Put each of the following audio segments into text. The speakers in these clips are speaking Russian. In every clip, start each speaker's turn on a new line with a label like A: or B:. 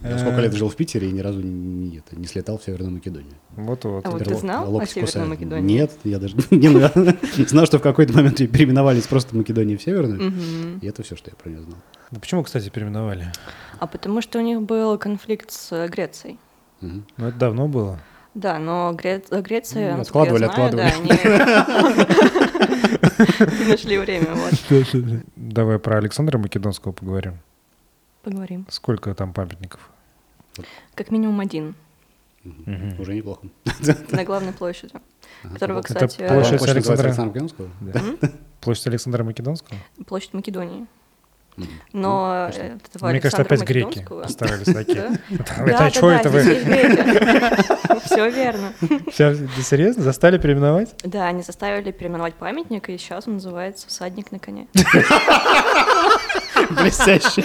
A: Я
B: Э,
A: сколько лет жил в Питере и ни разу не, это, не слетал в Северную Македонию.
C: Вот, вот.
B: А вот ты
A: Перлов-
B: знал о
A: локоть
B: Северной
A: кусает.
B: Македонии?
A: Нет, я даже не знал. знал, что в какой-то момент ее переименовались просто Македонии в Северную.
B: Мгм.
A: И это все, что я про нее знал.
C: Да Ну, почему, кстати, переименовали?
B: А потому что у них был конфликт с э, Грецией.
A: Мгм.
C: Ну, это давно было.
B: Да, но Гре- э, Греция,
A: Ну,
B: насколько я
A: откладывали,
B: знаю, да, они нашли время, вот.
C: Давай про Александра Македонского поговорим.
B: Поговорим.
C: Сколько там памятников?
B: Как минимум один
C: Мгм.
A: Уже неплохо.
B: на главной площади,
A: Ага.
B: которого,
A: Это
B: кстати,
A: Площадь
C: Площадь
A: называется
C: Александра.
A: Александра Македонского?
C: Площадь Александра Македонского?
B: э, площадь Македонии.
A: Мгм.
B: Но
A: Ну,
B: э, этого
C: Мне кажется,
B: Александра
C: опять греки
B: Македонского-
C: старались такие.
B: Да.
C: Это а чё это вы?
B: Все верно.
C: Сейчас, да серьезно? Застали переименовать?
B: Да, они заставили переименовать памятник, и сейчас он называется «Всадник на коне».
A: Блестяще.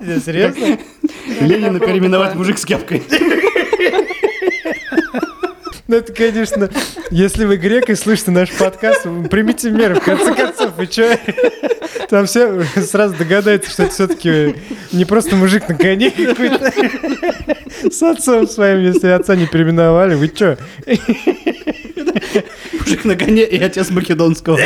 C: Да серьезно?
A: Ленина
B: было
A: переименовать
B: такое.
A: мужик с кепкой.
C: Ну это, конечно, если вы грек и слышите наш подкаст, вы примите меры, в конце концов, вы чё? Там все сразу догадаются, что это все-таки не просто мужик на коне какой-то. С отцом своим, если отца не переименовали, вы чё?
A: Мужик на коне и отец Македонского.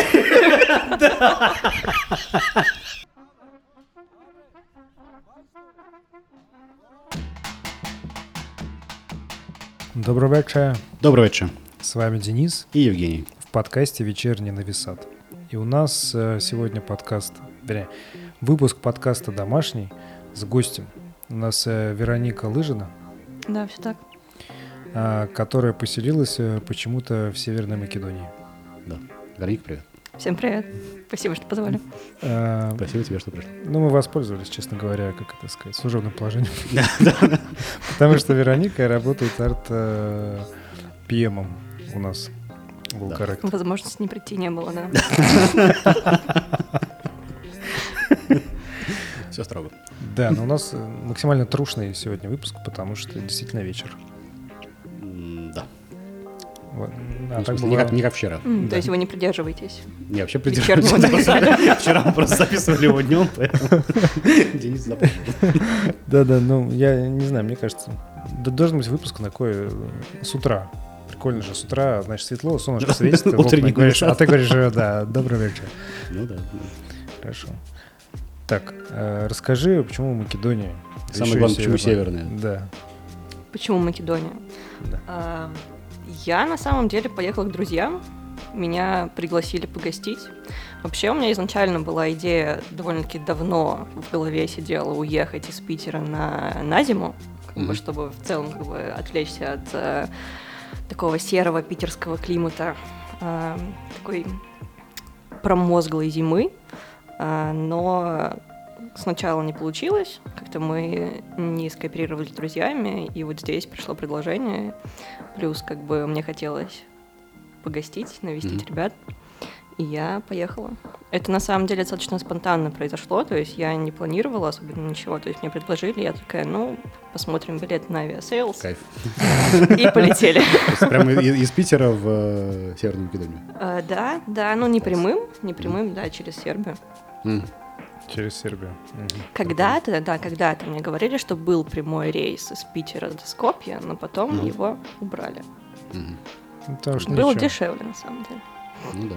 C: Добрый вечер.
A: Добрый вечер.
C: С вами Денис
A: И Евгений.
C: в подкасте «Вечерний нависат». И у нас э, сегодня подкаст, вернее, выпуск подкаста «Домашний» с гостем. У нас э, Вероника Лыжина,
B: Да, все так.
C: а, которая поселилась э, почему-то в Северной Македонии.
A: Вероника, привет.
B: Всем привет. Спасибо, что позвали.
C: А,
A: Спасибо тебе, что пришел.
C: Ну, мы воспользовались, честно говоря, как это сказать, служебным положением. Потому что Вероника работает арт-пьемом у нас в
A: Да.
C: Улкаракте.
B: Возможности не прийти не было, да.
A: Все строго.
C: Да, но у нас э, максимально трушный сегодня выпуск, потому что действительно вечер.
A: М, Да.
C: Вот. А
A: Ну, в
C: так
A: смысле, Не
C: бывало.
A: как- не как вчера.
B: М, То есть вы не придерживаетесь.
A: Не, вообще
B: Вечернего
A: придерживаюсь.
B: написали.
A: Вчера мы просто записывали его днем, поэтому Денис забыл.
C: Да-да, ну, я не знаю, мне кажется, да должен быть выпуск такой э, с утра. Прикольно же, с утра, значит, светло, солнышко светит, в окна,
A: Утренний
C: и говоришь, а
A: конденсат.
C: ты говоришь, э, да, добрый вечер.
A: Ну да. ну.
C: Хорошо. Так, э, расскажи, почему Македония? Да
A: Самое
C: еще и
A: главное, почему северная?
C: Да.
B: Почему Македония?
C: Да.
B: А, Я на самом деле поехала к друзьям. Меня пригласили погостить. Вообще у меня изначально была идея довольно-таки давно в голове сидела уехать из Питера на, на зиму, как бы,
A: Мгм.
B: чтобы в целом как бы, отвлечься от э, такого серого питерского климата, э, такой промозглой зимы. А, но сначала не получилось, как-то мы не скооперировались с друзьями, и вот здесь пришло предложение, плюс как бы мне хотелось погостить, навестить
A: Мгм.
B: ребят, и я поехала. Это на самом деле достаточно спонтанно произошло, то есть я не планировала особенно ничего, то есть мне предложили, я такая, ну, посмотрим билет на авиасейлс,
A: Кайф.
B: и полетели.
A: То есть Прямо и- из Питера в э, Северную Македонию.
B: А, Да, да, ну не прямым, не прямым, да, через Сербию.
A: М,
C: Через Сербию. Мгм.
B: Когда-то, да, когда-то мне говорили, что был прямой рейс из Питера до Скопья, но потом
A: Мгм.
B: его убрали.
A: мгм.
C: Ну, Потому что
B: Было
C: ничего.
B: дешевле, на самом деле.
A: Ну да.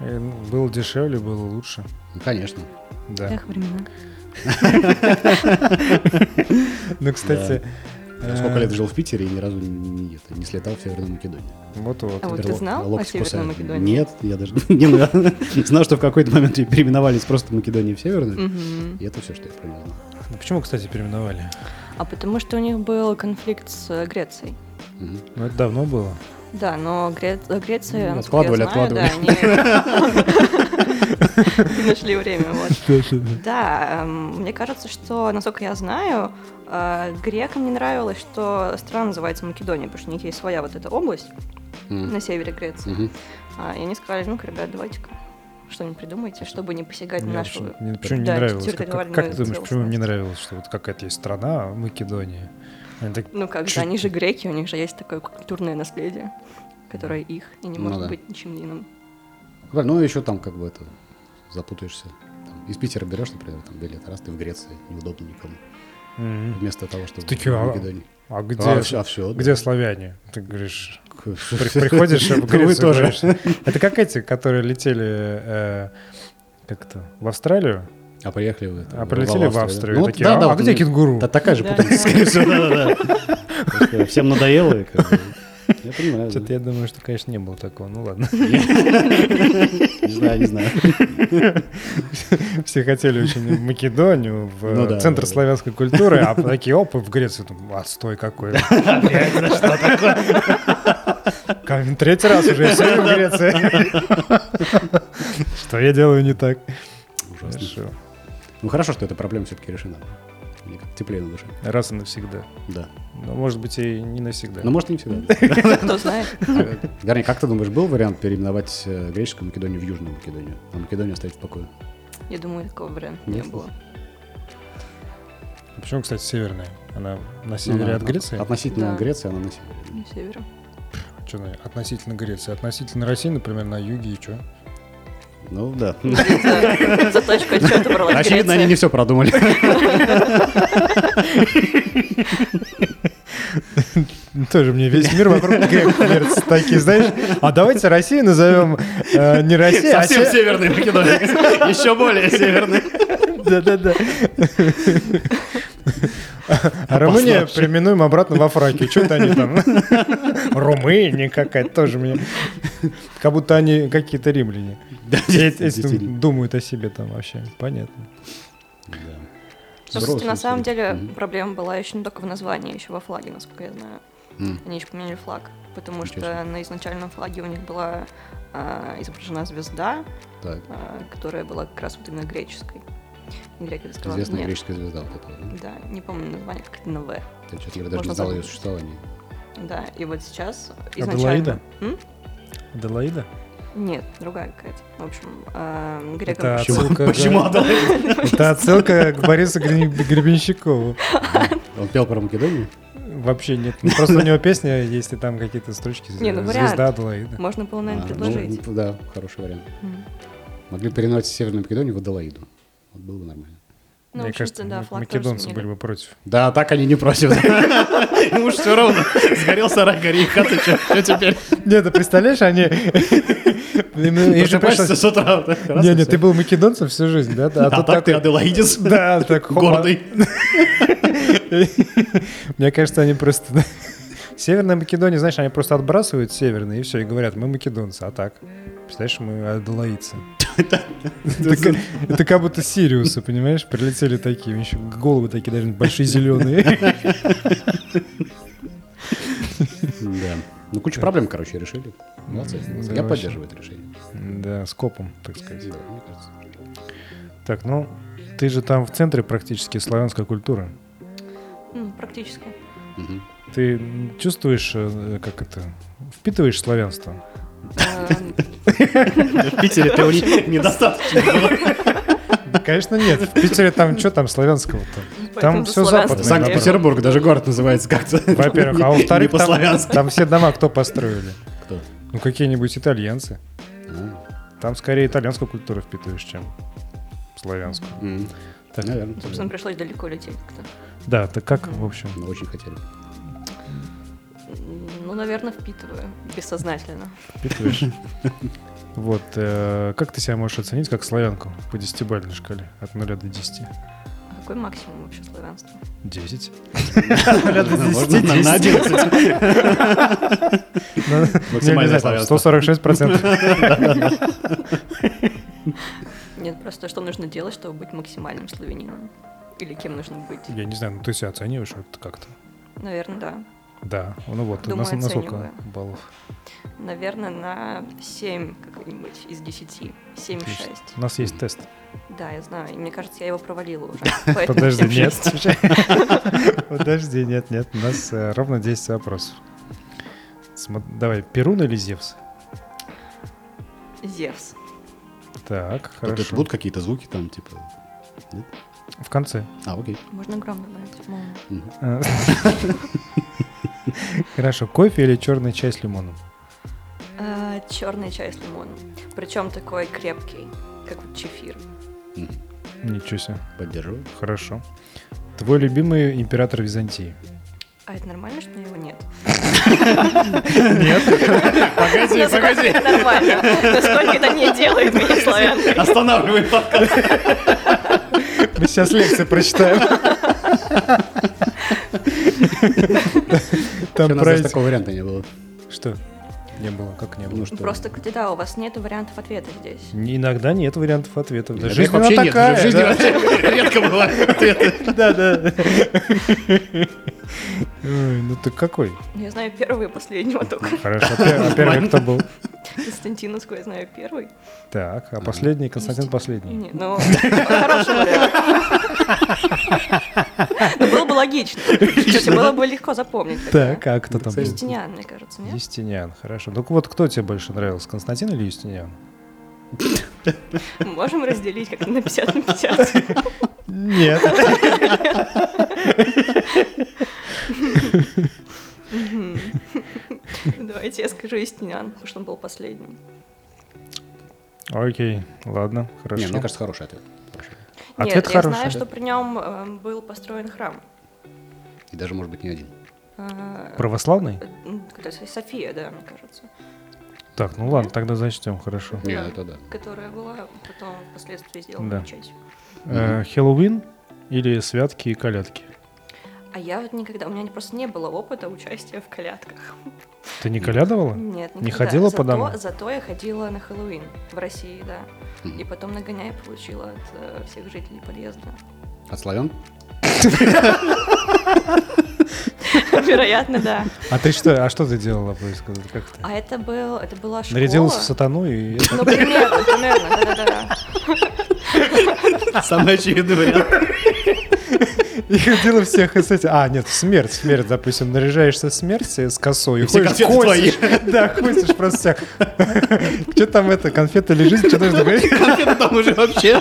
C: Э, ну, Было дешевле, было лучше.
A: Ну, конечно.
C: Да.
B: времена.
C: Ну, кстати...
A: Я
B: Э.
A: сколько лет жил в Питере и ни разу не, это, не слетал в Северную Македонию.
C: Вот-вот.
B: А вот ты
A: Перлов-
B: знал о
A: локоть
B: Северной
A: кусает.
B: Македонии?
A: Нет, я даже не знал. знал, что в какой-то момент ее переименовались просто Македонии в Северную. И это все, что я про неё знал.
C: Ну, Почему, кстати, переименовали?
B: А потому что у них был конфликт с э, Грецией.
A: Мгм.
C: Ну, это давно было.
B: Да, но Гре- э, Греция...
A: Ну,
B: насколько я
A: откладывали,
B: знаю, Да, они не нашли время, вот. Да, эм, мне кажется, что, насколько я знаю, э, грекам не нравилось, что страна называется Македония, потому что у них есть своя вот эта область
A: Мгм.
B: на севере Греции.
A: Мгм.
B: А, и они сказали, ну-ка, ребят, давайте-ка что-нибудь придумайте, чтобы не посягать на
C: Мне
B: нашу...
C: вообще не- Почему не
B: э, Да,
C: нравилось? Как- Как
B: территориальную
C: как ты думаешь, почему им не
B: целостность.
C: нравилось, что вот какая-то есть страна, а Македония? Они так,
B: Ну как же,
C: Чуть-
B: они же греки, у них же есть такое культурное наследие, которое их и не
A: Ну
B: может
A: да.
B: быть ничем иным.
A: Правильно, Ну, еще там как бы это запутаешься. Там из Питера берешь, например, там билет, раз ты в Греции, неудобно никому.
C: Мгм.
A: вместо того, чтобы
C: Ты чё, а-
A: в Македонии.
C: А где,
A: А, всё, а всё,
C: где
A: да.
C: славяне? Ты говоришь, при- приходишь в
A: Вы
C: Грецию,
A: Ну, тоже.
C: говоришь. Это как эти, которые летели как-то в Австралию,
A: А приехали вы.
C: а
A: в-
C: прилетели в
A: да?
C: Австрию.
A: Ну,
C: и
A: вот
C: такие,
A: да,
C: а,
A: да,
C: а
A: вот
C: где
A: у меня
C: кенгуру?
A: та- такая же
B: Да.
A: путаница, скорее всего, да-да-да. Просто Всем надоело. и как бы, Я понимаю. да.
C: Что-то я думаю, что, конечно, не было такого. Ну ладно.
A: Не знаю, не знаю.
C: Все хотели очень в Македонию, в
A: Ну
C: э,
A: да,
C: центр
A: да, да.
C: славянской культуры, а такие, опа, в Грецию. Думаю, Отстой какой. Как- Третий раз уже я сижу в Греции. Что я делаю не так?
A: Ужасно.
C: Хорошо.
A: Ну хорошо, что эта проблема все-таки решена. Мне как теплее на душе.
C: Раз и навсегда.
A: Да.
C: Ну, может быть, и не навсегда.
A: Но может и не всегда.
B: Кто знает.
A: Гарни, как ты думаешь, был вариант переименовать э, греческую Македонию в Южную Македонию, а Македонию оставить в покое?
B: Я думаю, такого варианта не
A: Нет.
B: было.
C: А Почему, кстати, северная? Она на
A: Ну,
C: севере
A: она
C: от
A: от-
C: Греции?
A: Относительно
B: Да.
A: Греции она на севере.
B: На севере.
C: Чё она- Относительно Греции. Относительно России, например, на юге и что?
A: Ну да.
B: За- За точку отчета бралась
A: Очевидно, они
B: Греция.
A: не все продумали.
C: Ну, Тоже мне весь мир вокруг греков вертится. Такие, знаешь, а давайте Россию назовем э, не Россия, а се-
A: северной Македонии. Еще более северной.
C: Да-да-да. А Румыния
A: Послабже.
C: переименуем обратно во Фракию. Что это они там? Румыния какая-то тоже мне. Как будто они какие-то римляне. Если если
A: действительно.
C: думают о себе там вообще. Понятно.
B: Ну, Кстати, на самом деле проблема была еще не только в названии, еще во флаге, насколько я знаю. Они еще поменяли флаг, потому
A: Ничего
B: что
A: себе.
B: на изначальном флаге у них была а, изображена звезда,
A: Так,
B: а, которая была как раз вот именно греческой. И Греки это сказали,
A: известная
B: «Нет».
A: греческая звезда вот эта. вот,
B: Да, не помню название, как это на В.
A: да? Я что-то даже не
B: Можно
A: знал ее
B: забыть.
A: существование.
B: Да, и вот сейчас изначально...
C: Аделаида?
B: М?
C: Аделаида?
B: Нет, другая какая-то. В общем, а, грекам...
C: Это
B: было-
C: отсылка,
A: Почему
C: да.
A: она?
C: Это отсылка к Борису Гребен- Гребенщикову.
A: Он пел про Македонию?
C: Вообще нет. Ну, Просто у него песня есть, и там какие-то строчки.
B: Не, ну, вариант.
C: Звезда Аделаида.
B: Можно было, наверное,
A: А, ну,
B: предложить.
A: ну, Да, хороший вариант.
B: М.
A: Могли переименовать Северную Македонию в Аделаиду. Вот было бы нормально.
B: Ну, в
C: Мне
B: общем-то,
C: кажется,
B: да,
C: мак-
B: флаг тоже
C: македонцы
B: сменили.
C: были бы против.
A: Да, так они не просят. Ему же все равно. Сгорел сарай, гори их хата, что теперь?
C: Нет, ты представляешь, они...
A: ну,
C: Ну,
A: Просыпаешься с утра.
C: Не, не, ты был македонцем всю жизнь, да?
A: А так ты
C: такой-
A: аделаидец,
C: Да, так хоп,
A: гордый.
C: Мне кажется, они просто... Северная Македония, знаешь, они просто отбрасывают северные, и все, и говорят, мы македонцы, а так. Представляешь, мы аделаидцы. Это как- Это как будто Сириусы, понимаешь? Прилетели такие, еще головы такие даже большие зеленые.
A: Да. Ну, кучу проблем, короче, решили. Молодцы.
C: Да,
A: молодцы. Я
C: вообще.
A: поддерживаю это решение.
C: Да, с копом, так сказать.
A: Да, мне кажется.
C: Так, ну, ты же там в центре практически славянской культуры.
B: М, Практически.
A: Мгм.
C: Ты чувствуешь, э, как это, впитываешь славянство?
B: Эм,
A: В Питере ты у них недостаточно.
C: Да, конечно, нет. В Питере там что там славянского-то? Там
B: Поэтому
C: все западное.
B: за славянство
C: наоборот.
A: Санкт-Петербург, даже город называется как-то.
C: Во-первых, а
A: Не
C: во-вторых, там,
A: по-славянски.
C: там все дома кто построили?
A: Кто?
C: Ну, какие-нибудь итальянцы.
A: Ну,
C: Там скорее итальянскую культуру впитываешь, чем славянскую.
A: М.
C: Так.
A: Наверное.
B: Собственно, пришлось далеко лететь. как-то.
C: Да, так как, в общем?
A: Ну, Очень хотели.
B: М, Ну, наверное, впитываю бессознательно.
C: Впитываешь. Вот, э, как ты себя можешь оценить как славянку по десятибалльной шкале от 0 до 10?
B: А Какой максимум вообще славянства?
C: 10.
A: Можно на- на 11.
C: Ну,
A: Максимальное славянство.
C: 146%.
B: Нет, просто что нужно делать, чтобы быть максимальным славянином? Или кем нужно быть?
C: Я не знаю, ну ты себя оцениваешь вот как-то.
B: Наверное, да.
C: Да, ну вот,
B: Думаю,
C: на, с- на сколько
B: оцениваю.
C: баллов?
B: Наверное, на 7 как-нибудь из 10.
C: Отлично.
B: 7-6.
C: У нас есть тест.
B: Да, я знаю. И мне кажется, я его провалила уже. Поэтому
C: Подожди,
B: 7-6.
C: нет. Подожди, нет, нет. У нас э, ровно 10 вопросов. Смо- Давай, Перун или Зевс?
B: Зевс.
C: Так,
A: Вот это
C: хорошо.
A: будут какие-то звуки там, типа...
C: В конце.
A: А, окей.
B: Можно гром добавить. мол.
A: Мгм.
C: Э, Хорошо, кофе или черный чай с лимоном?
B: А, Черный чай с лимоном. Причем такой крепкий, как вот чефир.
A: Мгм.
C: Ничего себе.
A: Поддерживаю.
C: Хорошо. Твой любимый император Византии.
B: А это нормально, что его нет?
A: Погоди,
B: Насколько это нормально? Насколько это не делает меня славянкой?
A: Останавливай подкаст.
C: Мы сейчас лекцию прочитаем. Там
A: У нас
C: про
A: даже
C: эти-
A: такого варианта не было.
C: Что? Не было, как не
A: Ну
C: было?
A: что?
B: Просто, кстати, да, у вас нет вариантов ответа здесь.
C: Иногда нет вариантов ответов.
A: Да,
C: Жизнь,
A: их
C: она
A: вообще нет.
C: такая,
A: В жизни
C: да.
A: вообще редко бывают ответы.
C: Да, да. Ой, Ну ты какой?
B: Я знаю первый и последнего только.
C: Хорошо, а пер- а первый кто был?
B: Константиновскую я знаю первый.
C: Так, а последний, Константин последний.
B: Не, ну, хороший вариант. Ну, было бы логично. Кстати, было бы легко запомнить. тогда.
C: Так, а кто там был?
B: Юстиниан, мне кажется, нет?
C: Юстиниан, хорошо. Ну вот кто тебе больше нравился, Константин или Юстиниан?
B: Мы Можем разделить как-то на 50 на 50.
C: Нет.
B: Давайте я скажу Юстиниан, потому что он был последним.
C: Окей, ладно, хорошо.
A: Не, ну, мне кажется, хороший ответ.
C: Ответ
B: Нет, я
C: хороший.
B: знаю, что при нем был построен храм.
A: И даже, может быть, не один.
B: Э,
C: Православный?
B: м, какая-то Со- София, да, мне кажется,
C: Так, ну ладно, тогда зачтем, хорошо.
A: Не, ну
B: Да.
A: это да.
B: которая была потом впоследствии сделана
C: Да.
B: частью.
C: Э, Хэллоуин или святки и колядки?
B: А я вот никогда, у меня просто не было опыта участия в колядках.
C: Ты не колядовала?
B: Нет,
C: Не
B: никогда.
C: ходила по
B: Зато-
C: домам?
B: Зато я ходила на Хэллоуин в России, да.
A: Мгм.
B: И потом нагоняй получила от э, всех жителей подъезда.
A: От славян?
B: Вероятно, да.
C: А ты что, а что ты делала, по иску? Как ты?
B: А это был, это была школа.
C: Нарядилась в сатану и... это-
B: Ну, примерно, примерно, да-да-да.
A: Самый очевидный вариант.
C: И ходила всех из этих... А, нет, в смерть, в смерть, допустим, наряжаешься в смерть с косой. И
A: все конфеты
C: ходишь, косишь. Да, косишь просто всех. Что там это, конфеты лежит, что нужно говорить?
A: Конфеты там уже вообще.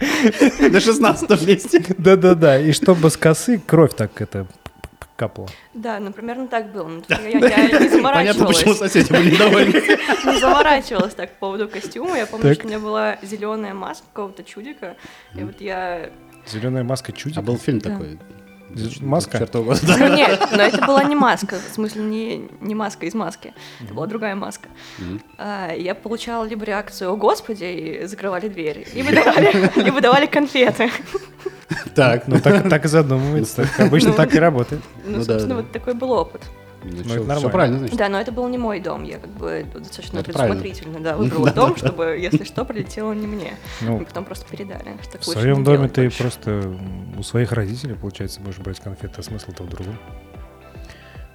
A: На 16 месте.
C: Да-да-да, и чтобы с косы кровь так это капала.
B: Да, ну, примерно так было. но Я я не
A: Понятно, почему
B: заморачивалась.
A: соседи были недовольны.
B: Не заморачивалась так по поводу костюма. Я помню,
C: Так.
B: что у меня была зеленая маска какого-то чудика. И вот я...
C: Зеленая маска чудик.
A: А был фильм
B: Да.
A: такой.
C: Маска?
A: Чертова года. да.
B: Ну нет, но это была не маска. В смысле, не, не маска из маски. Это была другая маска.
A: Мгм.
B: А, я получала либо реакцию «О, Господи!» и закрывали дверь, либо давали, либо давали конфеты.
A: Так, ну
C: Ну так, так и задумывается. так Обычно
B: Ну,
C: так и работает.
A: Ну
B: Ну,
A: да,
B: собственно,
A: да.
B: вот такой был опыт.
C: это
A: Все
C: нормально.
A: правильно, значит.
B: Да, но это был не мой дом, я как бы достаточно
A: Это правильно.
B: предусмотрительно да, выбрала дом, чтобы, если что, прилетело не мне.
C: Ну,
B: И потом просто передали. что так
C: в
B: лучше
C: своем
B: не
C: доме
B: делать
C: ты
B: больше.
C: просто м, у своих родителей, получается, будешь брать конфеты, а смысл-то в другом.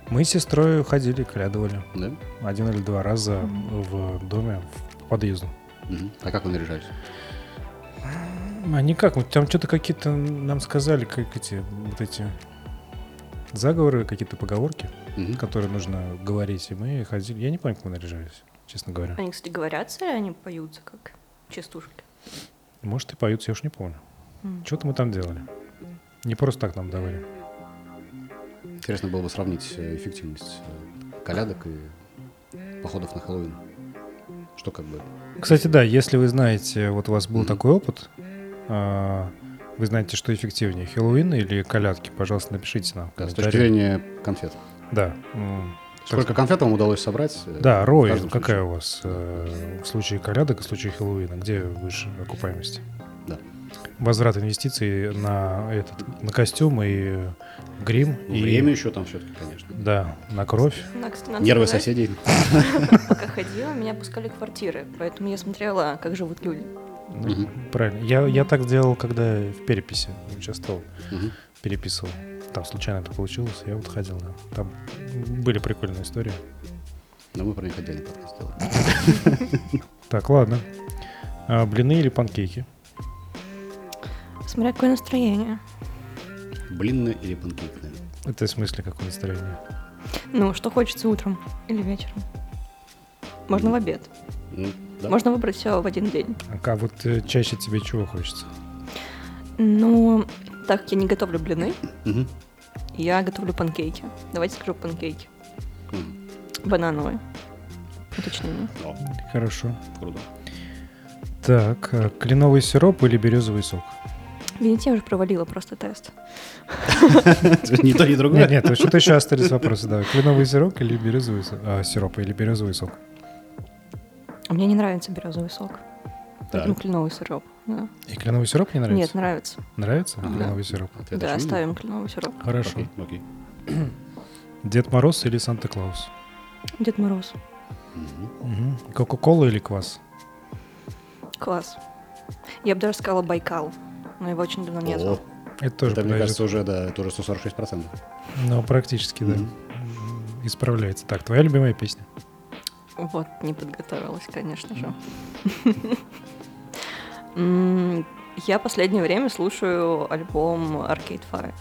C: Мы с сестрой ходили, колядовали.
A: Да?
C: Один или два раза в доме, в подъезду.
A: Мгм. А как вы наряжались?
C: А никак, вот там что-то какие-то нам сказали, как эти, вот эти заговоры, какие-то поговорки,
A: Мгм.
C: которые нужно говорить, и мы ходили. Я не помню, как мы наряжались, честно говоря.
B: Они, кстати, говорятся, или они поются как частушки?
C: Может, и поют, я уж не помню.
B: М.
C: Что-то мы там делали. Не просто так нам давали.
A: Интересно было бы сравнить э, эффективность э, колядок и походов на Хэллоуин. Что как бы...
C: Кстати, да, если вы знаете, вот у вас был такой опыт, а, вы знаете, что эффективнее, Хэллоуин или колядки, пожалуйста, напишите нам. в
A: да, с точки
C: комментариях.
A: зрения конфет.
C: Да. м,
A: Сколько конфет вам удалось собрать? э,
C: Да,
A: в
C: Рой,
A: каждом
C: какая
A: случае?
C: у вас э, в случае колядок и в случае Хэллоуина? Где выше окупаемость?
A: Да.
C: Возврат инвестиций на этот, на костюм и грим.
A: Ну,
C: и,
A: Время еще там все-таки, конечно.
C: Да, на кровь.
B: Ну, кстати, надо
A: Нервы
B: сказать,
A: соседей.
B: Пока ходила, меня пускали в квартиры, поэтому я смотрела, как живут люди.
C: Ну,
A: Мгм.
C: Правильно. Я, я так делал, когда в переписи участвовал.
A: Мгм.
C: переписывал. Там случайно это получилось, я вот ходил, да. Там были прикольные истории.
A: Но мы про них отдельный подкаст сделаем.
C: Так, ладно. А, блины или панкейки?
B: Смотря какое настроение.
A: Блинная или панкейкная?
C: Это в смысле какое настроение?
B: Ну, что хочется утром или вечером. Можно в обед.
A: Ну, да.
B: Можно выбрать все в один день.
C: А, ка- вот э, чаще тебе чего хочется?
B: Ну, так как я не готовлю блины,
A: Мгм.
B: я готовлю панкейки. Давайте скажу панкейки.
A: Мгм.
B: Банановые. Уточнение.
A: О,
C: Хорошо.
A: круто.
C: а Так, э, кленовый сироп или березовый сок?
B: Видите, я уже провалила просто тест.
A: Ни то, ни другое.
C: Нет, нет, вот что-то еще остались вопросы. Давай. Кленовый сироп или березовый сок? А, сироп или березовый сок?
B: А Мне не нравится березовый сок.
A: Так.
B: Поэтому кленовый сироп. да.
C: И кленовый сироп не нравится?
B: Нет, нравится.
C: Нравится?
A: Ага.
C: Кленовый сироп.
A: Ответ
B: да,
A: очевиден.
B: ставим кленовый сироп.
C: Хорошо.
A: Окей, окей.
C: Дед Мороз или Санта-Клаус?
B: Дед Мороз.
A: Мгм.
C: Мгм. Кока-кола или квас?
B: Класс. Я бы даже сказала Байкал, но его очень давно не
A: О,
B: было.
C: Это тоже
A: это, мне
C: подойдет.
A: кажется, уже, да, это уже 146%.
C: Ну, практически, да.
A: Мгм.
C: М, Исправляется. Так, твоя любимая песня?
B: Вот, не подготовилась, конечно же. М, Я последнее время слушаю альбом Arcade Fire.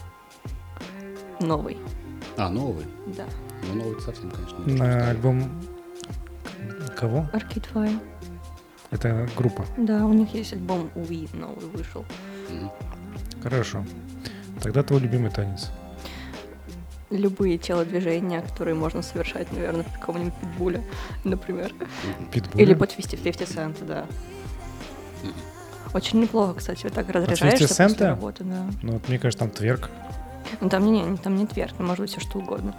B: Новый,
A: А, новый.
B: да.
A: Ну, новый совсем, конечно, не то, что
C: На
A: старый.
C: альбом... Кого?
B: Arcade Fire.
C: Это группа.
B: Да, у них есть альбом We новый вышел.
A: Мгм.
C: Хорошо. Тогда твой любимый танец.
B: Любые телодвижения, которые можно совершать, наверное, в каком-нибудь питбуле, например.
C: Питбуль.
B: Или под 50, 50 Cent, да. Очень неплохо, кстати, вот так разряжаешься
C: Cent?
B: после работы, да.
C: Ну, вот мне кажется, там тверк.
B: Ну, там не, не- там нет вверх, ну, может быть, все что угодно.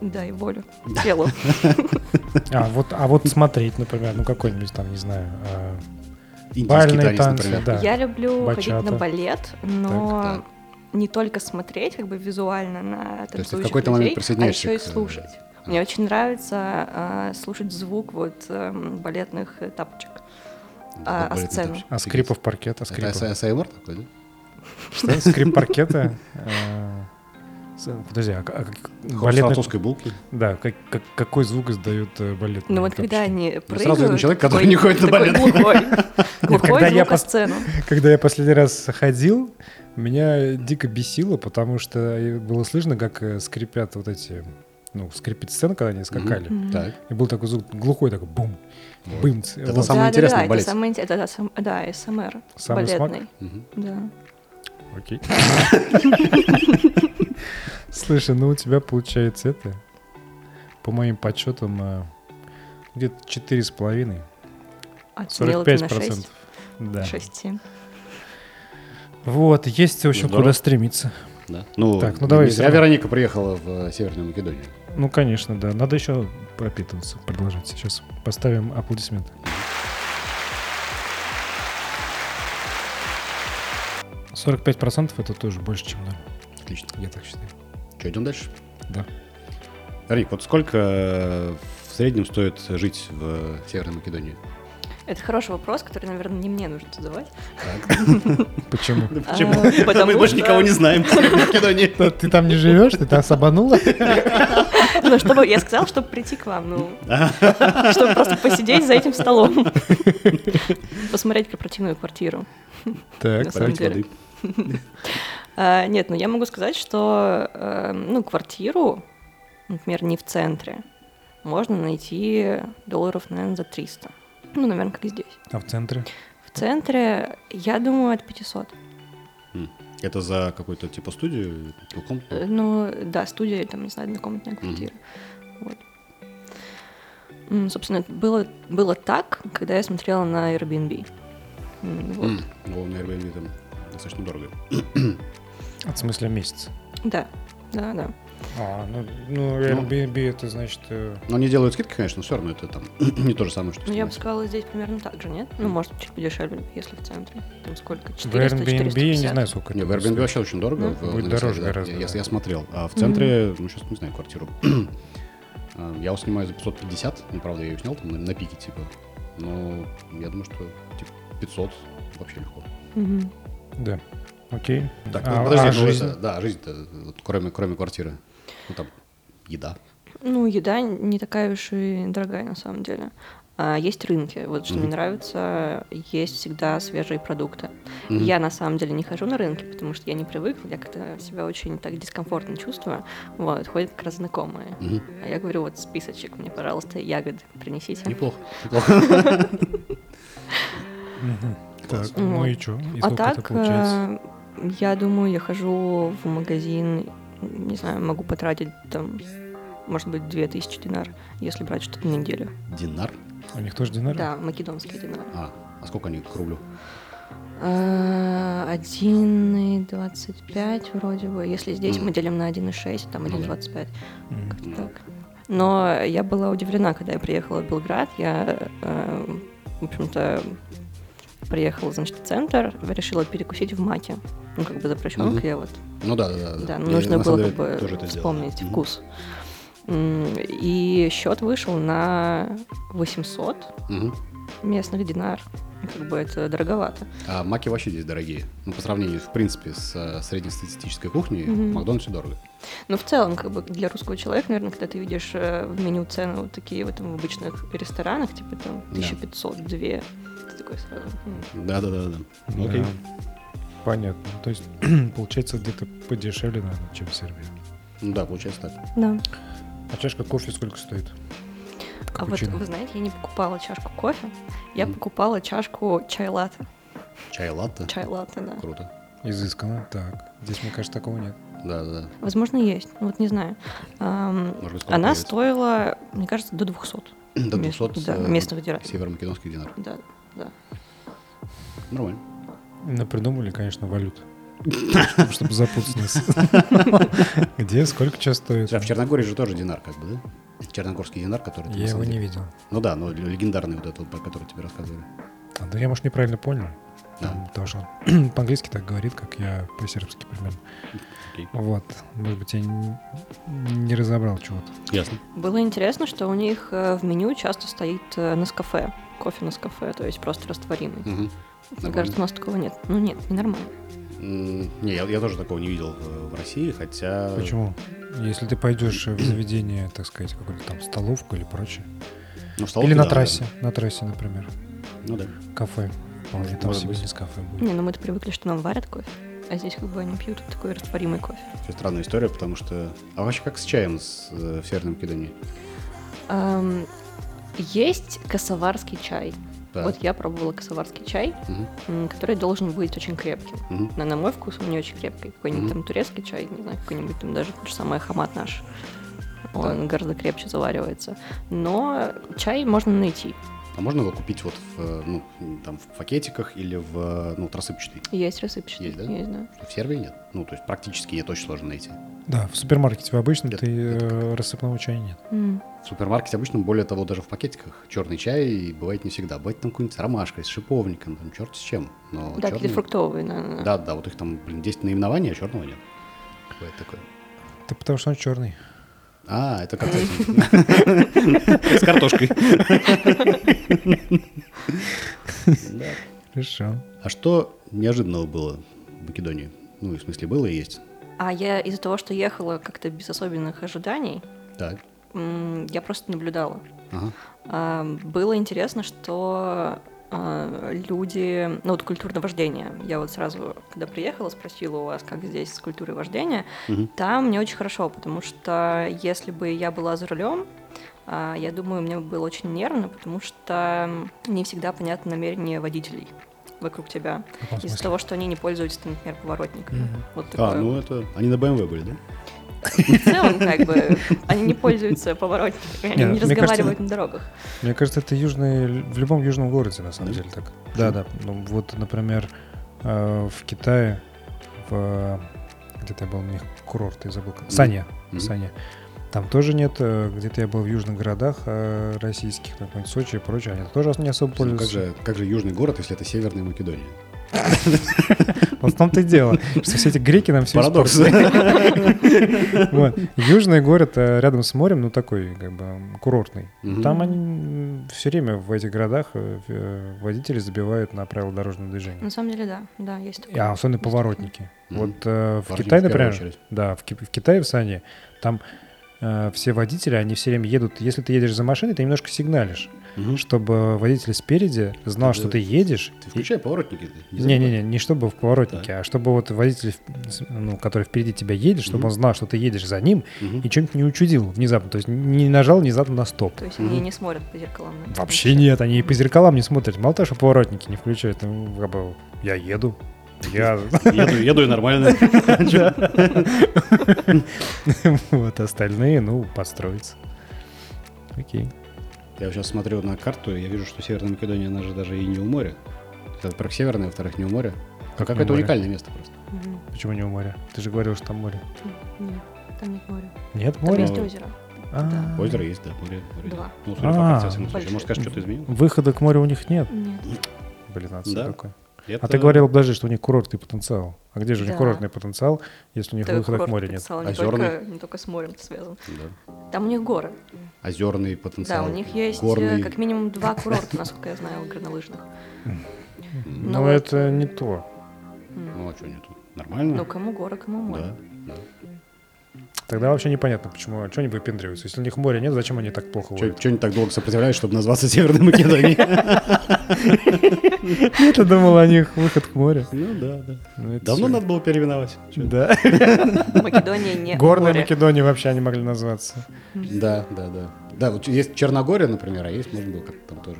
B: Да, и волю. Телу.
C: А вот, а вот смотреть, например, ну какой-нибудь там, не знаю, а,
A: Индийский
C: Бальные
A: танец,
C: танцы,
A: например.
C: да.
B: Я люблю ходить
C: Бачата.
B: на балет, но
A: Так,
B: не только смотреть, как бы визуально на
A: То есть
B: танцующих
A: ты в какой-то момент
B: людей,
A: присоединяешься
B: а еще и
A: к, э,
B: слушать. Мне очень нравится э, слушать звук вот эм, балетных э, тапочек. а, а
A: Балетный
B: сцену?
A: танец.
C: а скрипов
A: Это
C: паркета, скрипов.
A: АСМР такой, да?
C: Что? Скрип паркета? э, с- Подожди, а как- а как-
A: Хруст
C: балетный...
A: французской булки.
C: Да, как- как- какой звук издают э, балет?
B: Ну вот когда они
A: Ну,
B: прыгают...
A: сразу видно человек, который
B: такой-
A: не ходит на
B: такой
A: балет.
B: Глухой, глухой
C: когда я
B: звук о
C: пос-
B: сцену.
C: Когда я последний раз ходил, меня дико бесило, потому что и было слышно, как э, скрипят вот эти... Ну, скрипит сцена, когда они скакали.
B: Мгм.
A: Так.
C: И был такой звук глухой, такой бум,
A: Вот.
C: бымц.
A: Это
C: Вот.
A: Самое
B: Да,
A: интересное в
B: да, да, это
A: балете.
B: самое инте- это, да, сам- да, СМР.
C: Самый
B: Балетный.
A: Мгм.
B: Да.
C: Окей. Слушай, ну у тебя получается это, по моим подсчетам, э, где-то четыре с половиной, сорок
B: Оценила А ты
C: пять
B: на 6.
C: процентов. Да.
B: 6.
C: Вот, есть, в общем,
A: Здорово.
C: куда стремиться.
A: Да. Ну,
C: Так, ну
A: не-
C: давай
A: не зря
C: сразу.
A: Вероника приехала в э, Северную Македонию.
C: Ну, конечно, да. Надо еще пропитываться, продолжать. Сейчас поставим аплодисменты. Сорок пять процентов это тоже больше, чем ноль.
A: Отлично.
C: Я так считаю.
A: Что, идем дальше?
C: Да.
A: Вероник, вот сколько э, в среднем стоит жить в э, Северной Македонии?
B: Это хороший вопрос, который, наверное, не мне нужно задавать.
C: Почему?
B: Почему? А, потому
A: Ну, Мы больше
B: что-
A: никого не знаем в Северной Македонии.
C: Ты там не живешь, ты там сабанула?
B: Ну, чтобы я сказал, чтобы прийти к вам, ну, чтобы просто посидеть за этим столом, посмотреть корпоративную квартиру.
C: Так.
B: На самом
A: Поливайте
B: деле.
A: воды.
B: А, Нет, ну я могу сказать, что, э, ну, квартиру, например, не в центре, можно найти долларов, наверное, за 300. Ну, наверное, как здесь.
C: А в центре?
B: В центре, я думаю, от 500.
A: М. Это за какую-то типа студию?
B: Э,
A: двухкомнатную?
B: Ну, да, студия, там, не знаю, однокомнатная квартира. Вот. М, Собственно, это было, было так, когда я смотрела на Airbnb. М, вот.
A: М. Ну, на Airbnb там достаточно дорого.
C: В смысле месяц?
B: Да, да, да.
C: А, ну, ну Airbnb это значит... э,
A: Но они делают скидки, конечно, но все равно это там не то же самое, что
B: Ну, я бы
A: снимать.
B: сказала, здесь примерно так же, нет? Ну, может, чуть подешевле, если в центре. Там сколько?
C: В
B: 400,
C: Airbnb я
B: 450.
C: не знаю, сколько
A: Не, в
C: это
A: Airbnb
C: стоит.
A: вообще очень дорого.
B: Да?
A: в-
C: Будет
A: на
C: дороже
A: Лисабоне, да.
C: гораздо,
A: Я,
C: да.
A: я смотрел. А в центре, ну, сейчас не знаю квартиру. А, я его снимаю за 550. Ну, правда, я ее снял там на, на пике, типа. Но я думаю, что типа 500 вообще легко.
B: Мгм.
C: Да. Окей.
A: Так,
C: А-
A: ну, подожди,
C: а
A: ну,
C: жизнь?
A: это- да, жизнь-то, вот, кроме, кроме квартиры. Ну, там, еда.
B: Ну, еда не такая уж и дорогая, на самом деле. А есть рынки. Вот что мне
A: Мгм.
B: нравится, есть всегда свежие продукты.
A: Мгм.
B: Я на самом деле не хожу на рынки, потому что я не привыкла, я как-то себя очень так дискомфортно чувствую. Вот, ходят как раз знакомые.
A: Мгм.
B: А я говорю, вот списочек мне, пожалуйста, ягоды принесите.
A: Неплохо. неплохо.
C: Мгм.
A: Класс.
C: Так, ну
B: Вот.
C: и что? И
B: А
C: сколько это
B: так,
C: получается?
B: э, я думаю, я хожу в магазин, не знаю, могу потратить там, может быть, 2000 динар, если брать что-то на неделю.
A: Динар.
B: э,
C: У них тоже динары?
B: Да, македонские динары.
A: А, а сколько они к рублю?
B: Э, 1,25 вроде бы. Если здесь мы делим на 1,6, там
A: Ну да.
B: 1,25.
C: Мгм.
B: Как-то так. Но я была удивлена, когда я приехала в Белград. Я, э, в общем-то, приехала, значит, в центр, решила перекусить в маке. Ну, как бы запрещенка
A: Мгм.
B: я вот
A: Ну да, да, да.
B: да,
A: Я,
B: нужно
A: на
B: было
A: самом
B: как
A: деле, тоже это
B: бы
A: сделал, да.
B: вспомнить
A: Мгм.
B: вкус. М, И счет вышел на 800
A: Мгм.
B: местных динар. Как бы это дороговато.
A: А маки вообще здесь дорогие. Ну, по сравнению, в принципе, с э, среднестатистической кухней,
B: Мгм.
A: в Макдональдсе дорого.
B: Но Ну, в целом, как бы для русского человека, наверное, когда ты видишь э, в меню цены вот такие вот там в обычных ресторанах, типа там
A: Да.
B: 1500, 2, ты такой сразу, «Хм». «М,
A: Да-да-да. Ну, Окей.
C: Да. Понятно. То есть, получается, где-то подешевле, наверное, чем в Сербии.
A: Ну да, получается так.
B: да.
C: А чашка кофе сколько стоит?
B: А вот,
C: Капучино.
B: вы знаете, я не покупала чашку кофе, я
A: Мгм.
B: покупала чашку чай-латте.
A: Чай латте.
B: Чай-латте, да.
A: Круто.
C: Изысканно. Так. Здесь, мне кажется, такого нет.
A: Да-да-да.
B: Возможно, есть, ну вот не знаю. Ам,
A: Может быть, скоро
B: Она
A: появится.
B: стоила, мне кажется, до 200.
A: До
B: мест-
A: 200
B: да,
A: э,
B: местных дирах.
A: северо-македонских динар.
B: Да, да.
A: Нормально.
C: Напридумывали, конечно, валют. Чтобы запутать нас. Где, сколько сейчас стоит?
A: Да, А в Черногории же тоже динар, как бы, да? Черногорский динар, который... ты на
C: Я его
A: самом
C: не
A: деле-
C: видел.
A: Ну да, но легендарный вот этот, вот, про который тебе рассказывали.
C: А, Да я, может, неправильно понял.
A: Да.
C: Там, Потому что он по-английски так говорит, как я по-сербски примерно.
A: Окей.
C: Вот. Может быть, я не, не разобрал чего-то.
A: Ясно.
B: Было интересно, что у них э, в меню часто стоит э, Нескафе, кофе Нескафе, то есть просто растворимый.
A: Мгм.
B: Мне
A: Хм, нормально.
B: кажется, у нас такого нет. Ну нет, ненормально.
A: М, Не, я, я тоже такого не видел э, в России, хотя...
C: Почему? Если ты пойдешь в заведение, так сказать, какую-то там столовку или прочее.
A: Ну, в столовке,
C: или на
A: да,
C: трассе. На трассе, например.
A: наверное. Ну да.
C: Кафе. Вполне там
A: Может
C: себе
A: быть.
C: из кафе будет.
B: Не, ну мы-то привыкли, что нам варят кофе, а здесь как бы они пьют такой растворимый кофе.
A: Вообще странная история, потому что... А вообще как с чаем с, э, в Северной Македонии?
B: Ам, есть косоварский чай.
A: Да.
B: Вот я пробовала косоварский чай,
A: Мгм.
B: м, который должен быть очень крепким.
A: Мгм.
B: На, на мой вкус он не очень крепкий. Какой-нибудь
A: Мгм.
B: там турецкий чай, не знаю, какой-нибудь там даже тот же самый хамат наш. Он гораздо крепче заваривается. Но чай можно найти.
A: А можно его купить вот в, э, ну, там, в пакетиках или в, э, ну, вот рассыпчатый?
B: Есть рассыпчатый.
A: Есть, да?
B: да.
A: Что, В Сербии нет? Ну, то есть практически ее точно сложно найти.
C: Да, в супермаркете обычно
A: Это-
C: ты э, рассыпного чая нет.
B: М.
A: В супермаркете обычно, более того, даже в пакетиках. Черный чай бывает не всегда. Бывает там какой-нибудь с ромашкой, с шиповником, там черт с чем. Но
B: Да,
A: чёрный-
B: какие-то фруктовые, наверное.
A: Да, да, вот их там, блин, 10 наименований, а черного нет. Бывает такое.
C: Да потому что он черный.
A: А, это как эти- с картошкой. Да.
C: Хорошо.
A: А что неожиданного было в Македонии? Ну, и в смысле, было и есть.
B: А я из-за того, что ехала как-то без особенных ожиданий,
A: Так.
B: м, я просто наблюдала.
A: Ага.
B: А, Было интересно, что а, люди, ну вот культурное вождение. Я вот сразу, когда приехала, спросила у вас, как здесь с культурой вождения.
A: Мгм.
B: Там не очень хорошо, потому что если бы я была за рулем, а, я думаю, мне было очень нервно, потому что не всегда понятно намерение водителей вокруг
C: В
B: тебя.
C: каком
B: Из-за
C: смысле?
B: того, что они не пользуются, например, поворотниками.
C: Мгм.
B: Вот
A: А,
B: такое.
A: ну это... Они на BMW были, да?
B: В целом, как бы, они не пользуются поворотниками, они
C: Не,
B: не
C: мне кажется,
B: разговаривают на дорогах.
C: Мне кажется, это южный, в любом южном городе, на самом
A: Да?
C: деле, так. Да, да. Ну, вот, например, э, в Китае, в... Где-то я был, у них курорт, я забыл. как- Саня.
A: Мгм.
C: Саня. Там тоже нет, э, где-то я был в южных городах э, российских, там, какой-нибудь Сочи и прочее, они тоже не особо
A: Ну, Как
C: пользуются.
A: же, как же южный город, если это Северная Македония?
C: Вот в том-то и дело, что все эти греки нам все
A: Парадокс.
C: Вот. Южный город э, рядом с морем, ну такой, как бы, м, курортный.
A: Мгм.
C: Там они все время в этих городах э, в- э, водители забивают на правила дорожного движения.
B: На самом деле, да, да, есть
C: И,
B: такое.
C: а особенно поворотники.
A: Мгм.
C: Вот э, в
A: Поворотники
C: Китае,
A: в первую
C: например,
A: очередь.
C: да, в, Ки- в Китае, в Сане, там э, все водители, они все время едут. Если ты едешь за машиной, ты немножко сигналишь,
A: Мгм.
C: чтобы водитель спереди знал,
A: Ты-
C: что ты едешь.
A: Ты
C: и-
A: включай поворотники. ты забывай.
C: не-не-не, не чтобы в поворотнике, а чтобы вот водитель, в- ну, который впереди тебя едет, чтобы
A: Мгм.
C: он знал, что ты едешь за ним,
A: Мгм.
C: и что-нибудь не учудил внезапно, то есть не нажал внезапно на стоп.
B: То есть они
A: Мгм.
B: не смотрят по зеркалам. на-
C: Вообще нет, они и по зеркалам не смотрят. Мало того, что поворотники не включают, ну, как бы, я еду, я...
A: Еду, еду и нормально.
C: Вот остальные, ну, подстроятся. Окей.
A: Я сейчас смотрю на карту, и я вижу, что Северная Македония, она же даже и не у моря. Это, во-первых, северное, во-вторых, не у моря.
C: Как
A: Какое-то
C: не у моря?
A: уникальное место просто.
B: Мгм.
C: Почему не у моря? Ты же говорил, что там море.
B: Нет, там нет моря.
C: Нет
B: Там
A: Море.
C: моря?
B: есть озеро.
C: А.
A: Озеро есть, да, море. море
B: Два.
A: нет. Ну, судя
C: А,
A: по акции, в любом случае.
B: большое.
A: Может, скажешь, что-то изменилось?
C: Выхода к морю у них нет.
B: Нет.
C: Блин, отсюда
A: Да.
C: такое. А
A: Это-
C: ты говорил, подожди, что у них курортный потенциал. А где же у них
B: Да.
C: курортный потенциал, если у них
B: Да,
C: выхода к
B: курорт
C: морю нет? А
B: потенциал не
A: Озерный.
B: только- Не только с морем связан.
A: Да.
B: Там у них горы.
A: Озерный потенциал.
B: Да, у них есть э,
A: горный.
B: как минимум два курорта, насколько я знаю, горнолыжных.
A: М,
C: Но
B: Ну,
C: это не то.
B: М.
A: Ну, а что нету? Нормально?
B: Ну, кому горы, кому море.
A: да, да.
C: Тогда вообще непонятно, почему, что они выпендриваются. Если у них моря нет, зачем они так плохо водят?
A: Че не так долго сопротивляюсь, чтобы назваться Северной Македонией?
C: Я-то думал о них выход к морю.
A: Ну да, да.
C: Ну, это
A: Давно
C: всё.
A: надо было переименовать. Чё?
C: Да.
B: Македония не
C: Горная
B: море.
C: Македония вообще они могли назваться.
A: Да, да, да. Да, вот есть Черногория, например, а есть можно было как-то там тоже.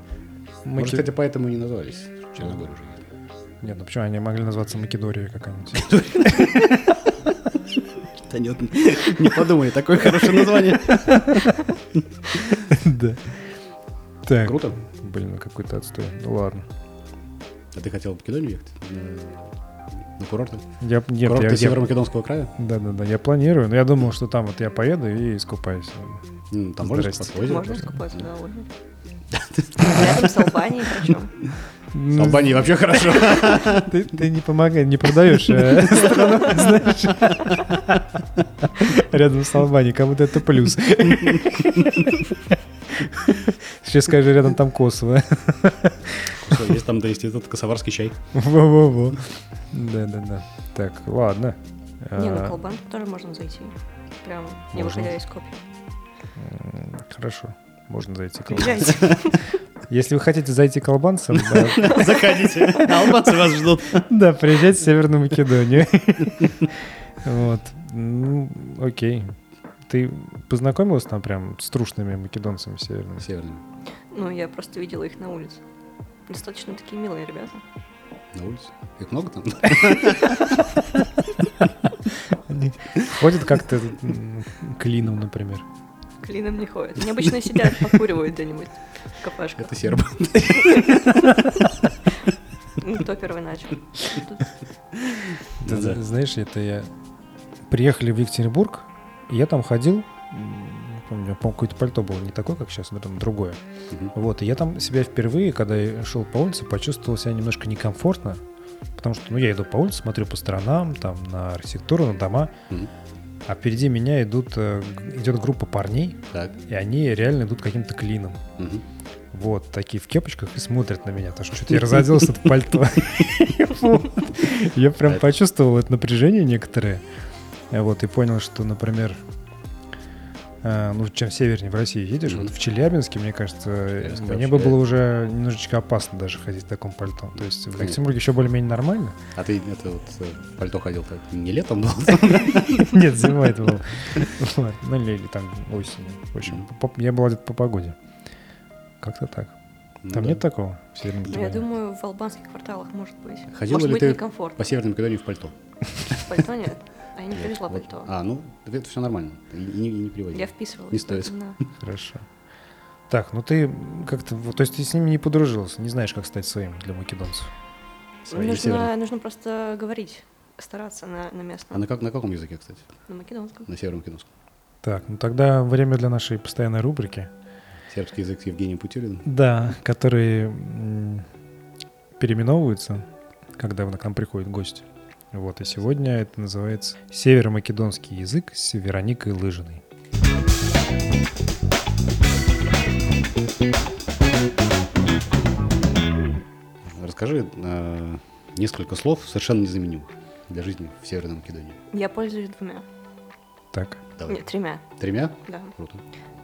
A: Может,
C: Маке-
A: кстати, поэтому и не назвались Черногория уже.
C: Нет, ну почему они могли назваться Македорией какая-нибудь?
A: Да нет, не подумай, такое хорошее название.
C: Да. Так.
A: Круто.
C: Блин, ну какой-то отстой. Ну ладно.
A: А ты хотел в Македонию ехать? На- На курорты?
C: Я, нет, я,
A: Курорты
C: я-
A: Северо-Македонского края?
C: да, да, да, я планирую, но я думал, что там вот я поеду и искупаюсь.
A: М, Там можно
C: Здрасте.
A: спать в озере?
B: Можно искупаться, да, озеро. Рядом с Албанией причем.
A: В
C: Ну,
A: Албании вообще хорошо.
C: Ты, ты не помогай, не продаешь э, страну, знаешь. Рядом с Албанией, как будто это плюс. Сейчас скажи, рядом там Косово.
A: Всё, Есть там, да, есть этот косоварский чай.
C: Во-во-во. Да-да-да. Так, ладно.
B: Не, ну, на
C: А,
B: Колбанку тоже можно зайти. Прям не
C: Можно.
B: выходя из Скопья.
C: м, Хорошо. Можно зайти к Албанцам.
B: Приезжайте.
C: Если вы хотите зайти к албанцам, да,
A: Заходите, албанцы вас ждут.
C: Да, приезжать в Северную Македонию. Вот. Ну, окей. Ты познакомилась там прям с трушными македонцами северными?
A: Северными.
B: Ну, я просто видела их на улице. Достаточно такие милые ребята.
A: На улице. Их много там?
C: Ходят как-то м, клином, например.
B: Клином не ходят. Они обычно сидят, покуривают где-нибудь в кафешках.
A: Это сербы.
B: Ну, Кто первый начал? Тут
C: Ты
A: Ну
C: зна-
A: да.
C: Знаешь, это я... Приехали в Екатеринбург, и я там ходил, м, не помню, у меня, по-моему, какое-то пальто было не такое, как сейчас, но там другое.
A: Мгм.
C: Вот, и я там себя впервые, когда я шел по улице, почувствовал себя немножко некомфортно, потому что, ну, я иду по улице, смотрю по сторонам, там, на архитектуру, на дома,
A: Мгм.
C: а впереди меня идут, э, г- идет группа парней,
A: Так.
C: и они реально идут каким-то клином.
A: Мгм.
C: Вот, такие в кепочках и смотрят на меня, потому что что-то я разоделся в пальто. Вот. Я прям
A: Это-
C: почувствовал это напряжение некоторое. Э, Вот, и понял, что, например, э, ну, чем севернее в России едешь,
A: Мгм.
C: вот в Челябинске, мне кажется, э,
A: Челябинск
C: мне бы
A: вообще-
C: было уже немножечко опасно даже ходить в таком пальто. То есть в
A: Конечно.
C: Екатеринбурге еще более-менее нормально.
A: А ты это вот э, в пальто ходил так не летом был?
C: Нет, зимой это было. Вот. Ну, или или там осенью. В общем,
A: Мгм.
C: по- я был одет по погоде. Как-то так.
A: Ну
C: Там
A: да.
C: нет такого? в Северной
B: Ну, я
C: Македонии?
B: думаю, в албанских кварталах может быть.
A: Ходила
B: может
A: ли
B: быть,
A: ты
B: некомфортно.
A: По Северной Македонии в пальто.
B: В пальто нет. А я не
A: Вот,
B: привезла
A: вот.
B: пальто.
A: А, ну, это все нормально. И Не, не приводи.
B: Я вписывала.
A: Не стоит.
C: Хорошо. Так, ну ты как-то, вот, то есть ты с ними не подружился, не знаешь, как стать своим для македонцев.
A: Свои северные.
B: Нужно, нужно просто говорить, стараться на, на
A: А
B: местном,
A: на, как, на каком языке, кстати?
B: на македонском.
A: На северном македонском.
C: Так, ну тогда время для нашей постоянной рубрики.
A: Сербский язык с Евгением Путилиным.
C: Да, которые м, переименовываются, когда к нам приходят гости. Вот, и сегодня это называется «Северомакедонский язык с Вероникой Лыжиной».
A: Расскажи э, несколько слов совершенно незаменимых для жизни в Северной Македонии.
B: Я пользуюсь двумя.
C: Так,
A: Давай.
B: Нет, тремя.
A: Тремя?
B: Да.
A: Круто.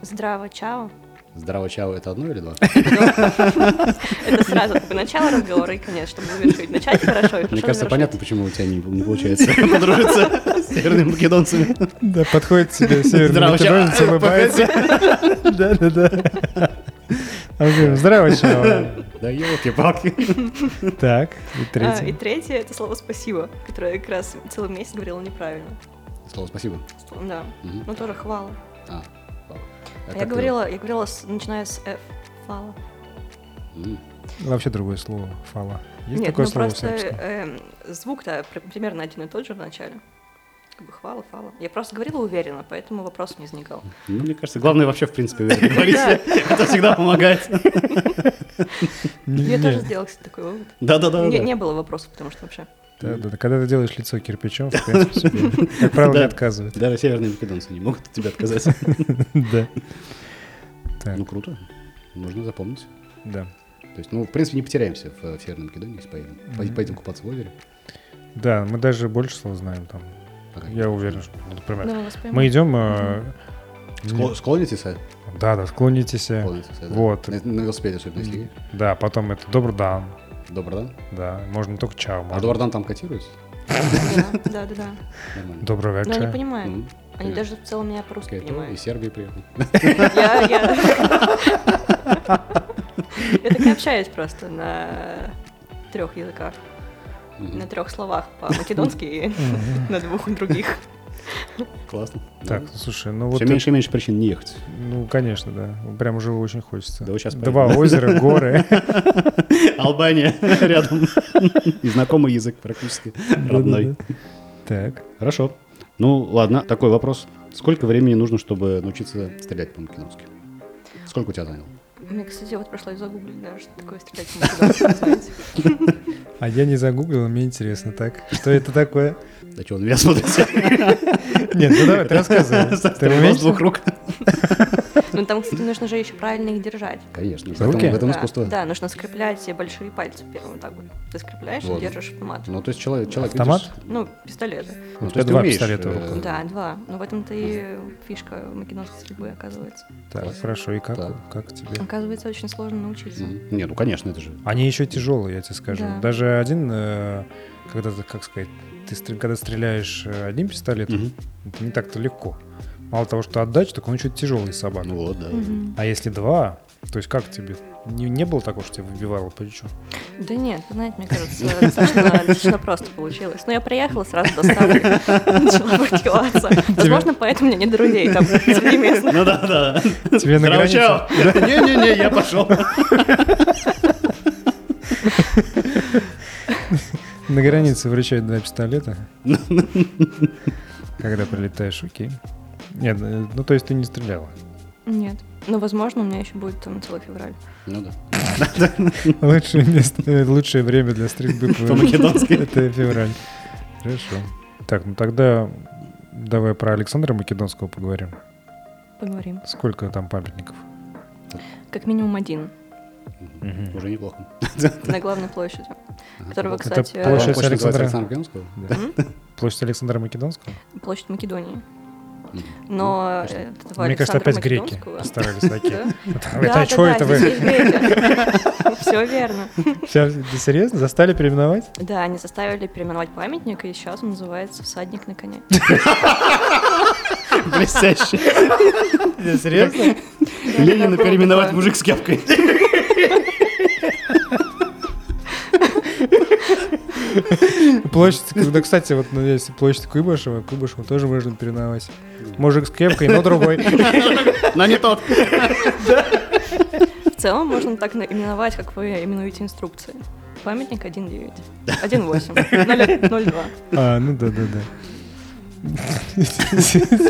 B: Здраво, чао.
A: Здраво чао это одно или два?
B: Это сразу как бы начало разговора и конец, чтобы завершить. Начать хорошо и хорошо
A: Мне кажется,
B: завершить.
A: понятно, почему у тебя не, не получается подружиться с северными македонцами.
C: Да, подходит тебе северный
A: Здраво,
C: македонец,
A: чао.
C: улыбается. Да-да-да. А вы, Здраво, чао.
A: Да елки-палки.
C: Так, и
B: А,
C: третий.
B: и третье это слово спасибо, которое я как раз целый месяц говорила неправильно.
A: Слово спасибо.
B: Слово- Да.
A: Мгм.
B: Ну тоже хвала.
A: А, вау. А
B: А
A: как
B: я
A: ты-
B: говорила, я э, говорила, с- начиная с F. Фала.
A: М,
C: Вообще другое Ну, слово, фала. Есть
B: Нет,
C: такое
B: ну
C: слово
B: просто
C: «сапсо»?
A: э,
B: эм, звук-то при- примерно один и тот же в начале. Как бы хвала, фала. Я просто говорила уверенно, поэтому вопрос не возникал.
A: Ну, мне кажется, главное вообще, в принципе, уверенно говорить. Это всегда помогает.
C: Не-
B: Я
C: не.
B: тоже сделала, кстати, такой вывод.
A: Да-да-да.
B: Не не было вопросов, потому что вообще...
C: Да, да, да. Когда ты делаешь лицо кирпичом, в принципе, тебе, как правило, не
A: Да.
C: отказывают.
A: Даже северные македонцы не могут от тебя отказать.
C: Да. Так,
A: Ну, круто. Нужно запомнить.
C: да.
A: То есть, ну, в принципе, не потеряемся в, э, в Северной Македонии, если поедем. Пой-
C: Мгм.
A: Поедем купаться в озере.
C: Да, мы даже больше слов знаем там.
A: Пока.
C: Я уверен, что, ну, например,
B: вас
C: мы идем... э,
A: Скло- Склонитесь, а?
C: не- Да, да, склонитесь. э,
A: Склонитесь, а, да.
C: Вот.
A: На, на велосипеде, особенно, если едешь.
C: Да, потом это Добродан.
A: Добродан.
C: Да, можно только чао.
A: А
C: можно.
A: Добродан там котируется?
B: Да, да, да.
A: Нормально.
C: Добрый
B: Но они
C: вечер.
B: понимают.
A: Мгм.
B: Они
A: Привет.
B: даже в целом меня по-русски
C: ну,
A: Сказать, «О,
B: понимают.
A: из Сербии приехал.
B: Я, я... я так и общаюсь просто на трех языках,
A: Мгм.
B: на трех словах по-македонски и на двух других.
A: Классно.
C: Так,
A: Да.
C: слушай, ну вот...
A: Все
C: это-
A: меньше и меньше причин не ехать.
C: Ну, конечно, да. Прям уже очень хочется.
A: Да вот щас
C: Два озера, горы.
A: Албания рядом. И знакомый язык практически родной.
C: Так.
A: Хорошо. Ну, ладно, такой вопрос. Сколько времени нужно, чтобы научиться стрелять по-македонски? Сколько у тебя заняло?
B: Мне, кстати, вот прошло и загуглить, да, что такое стрелять по-македонски, знаете.
C: А я не загуглил, мне интересно так. Что это такое?
A: Да чего, на меня смотрите?
C: Нет, ну давай, ты рассказывай. Ты
A: Стрельба с
C: умеешь?
A: двух рук.
B: Ну там, кстати, нужно же еще правильно их держать.
A: Конечно, в
C: Руки?
A: этом, в этом
B: да,
A: искусство.
B: да, нужно скреплять все большие пальцы первым так вот. Ты скрепляешь
A: Вот.
B: и держишь автомат.
A: Ну, то есть человек, человек
C: Автомат?
A: видишь,
B: Ну, пистолеты.
C: У
A: ну, то есть
C: тебя
A: ты
C: два
A: умеешь,
C: пистолета в
A: э,
C: руках.
B: Да, два. Но в этом-то и фишка македонской стрельбы оказывается.
C: Так, хорошо, и как,
A: Так.
C: как тебе?
B: Оказывается, очень сложно научиться.
A: мгм. Не, ну, конечно, это же.
C: Они еще тяжелые, я тебе скажу.
B: Да.
C: Даже один, э, когда ты, как сказать, ты стр- когда стреляешь э, одним пистолетом,
A: Мгм.
C: это не так-то легко. Мало того, что отдача, так он еще тяжелый собака.
A: Ну вот, да.
B: Мгм.
C: А если два, то есть как тебе? Не, не было такого, что тебя выбивало плечо?
B: Да нет, вы знаете, мне кажется, достаточно, достаточно просто получилось. Но я приехала, сразу доставлю, начала практиковаться. Возможно, поэтому у меня нет друзей там среди местных.
A: Ну да, да.
C: Тебе на
A: Здорово,
C: границе?
A: чао. Не-не-не, я пошел.
C: На границе вручают два пистолета. Когда прилетаешь, окей. Нет, э, ну то есть ты не стреляла.
B: Нет. Но, Ну, возможно, у меня еще будет там целый февраль.
A: Ну да.
C: Лучшее, место, э, лучшее время для стрельбы
A: По-македонски.
C: Это февраль. Хорошо. Так, ну тогда давай про Александра Македонского поговорим.
B: Поговорим.
C: Сколько там памятников?
B: Как минимум один
C: Мгм.
A: Уже неплохо.
B: на главной площади.
A: Ага.
B: Которого,
C: Это
B: кстати, э,
C: площадь
A: Площадь называется
C: Александра.
A: Александра Македонского?
C: Площадь Александра Македонского?
B: площадь Македонии.
A: Мгм.
B: Но
A: Точно.
B: э, этого
C: Ну, Мне кажется,
B: Александра
C: опять греки
B: Македонского-
C: постарались такие.
B: Да?
C: Это а чё это вы?
B: Все верно.
C: Сейчас, да серьезно? Застали переименовать?
B: Да, они заставили переименовать памятник, и сейчас он называется «Всадник на коне».
A: Блестяще.
C: Серьезно?
A: Ленина
B: было
A: переименовать
B: такое.
A: мужик с кепкой.
C: Площадь, ну, кстати, вот, ну, если площадь Куйбышева, Куйбышева тоже можно переименовать. Мужик с кепкой, но другой.
A: Но не тот.
B: В целом можно так наименовать, как вы именуете инструкции. Памятник 1.9. 1.8. 0.2.
C: А, ну да, да, да.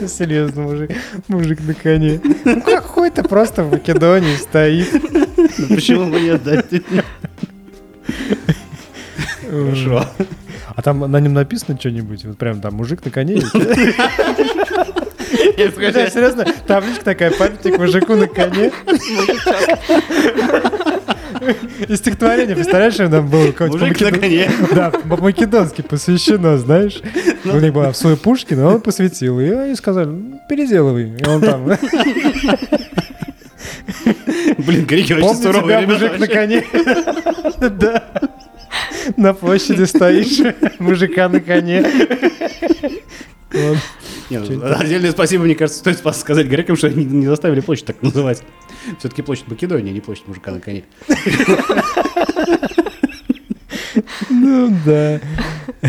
C: Серьезно, мужик. Мужик на коне. Ну какой-то просто в Македонии стоит.
A: Ну Почему бы не отдать? Хорошо.
C: А там на нем написано что-нибудь? Вот прям там мужик на коне?
A: Ну,
C: или чё?
A: Я
C: Хотя,
A: скажу,
C: серьезно, табличка такая, памятник мужику на коне. И стихотворение, представляешь, что там было? какое-то
A: Мужик на
C: по-македон-
A: коне.
C: Да, по-македонски посвящено, знаешь. Ну, либо в свой Пушкина он посвятил. И они сказали, «Ну, переделывай. И он там,
A: Блин, греки очень
C: помни тебя,
A: суровые ребята.
C: мужик на
A: вообще.
C: коне. Да. На площади стоишь, мужика на коне. Вот.
A: Не, ну, Отдельное спасибо, мне кажется, стоит спас- сказать грекам, что они не заставили площадь так называть. Все-таки площадь Македонии, а не площадь мужика на коне.
C: Ну да.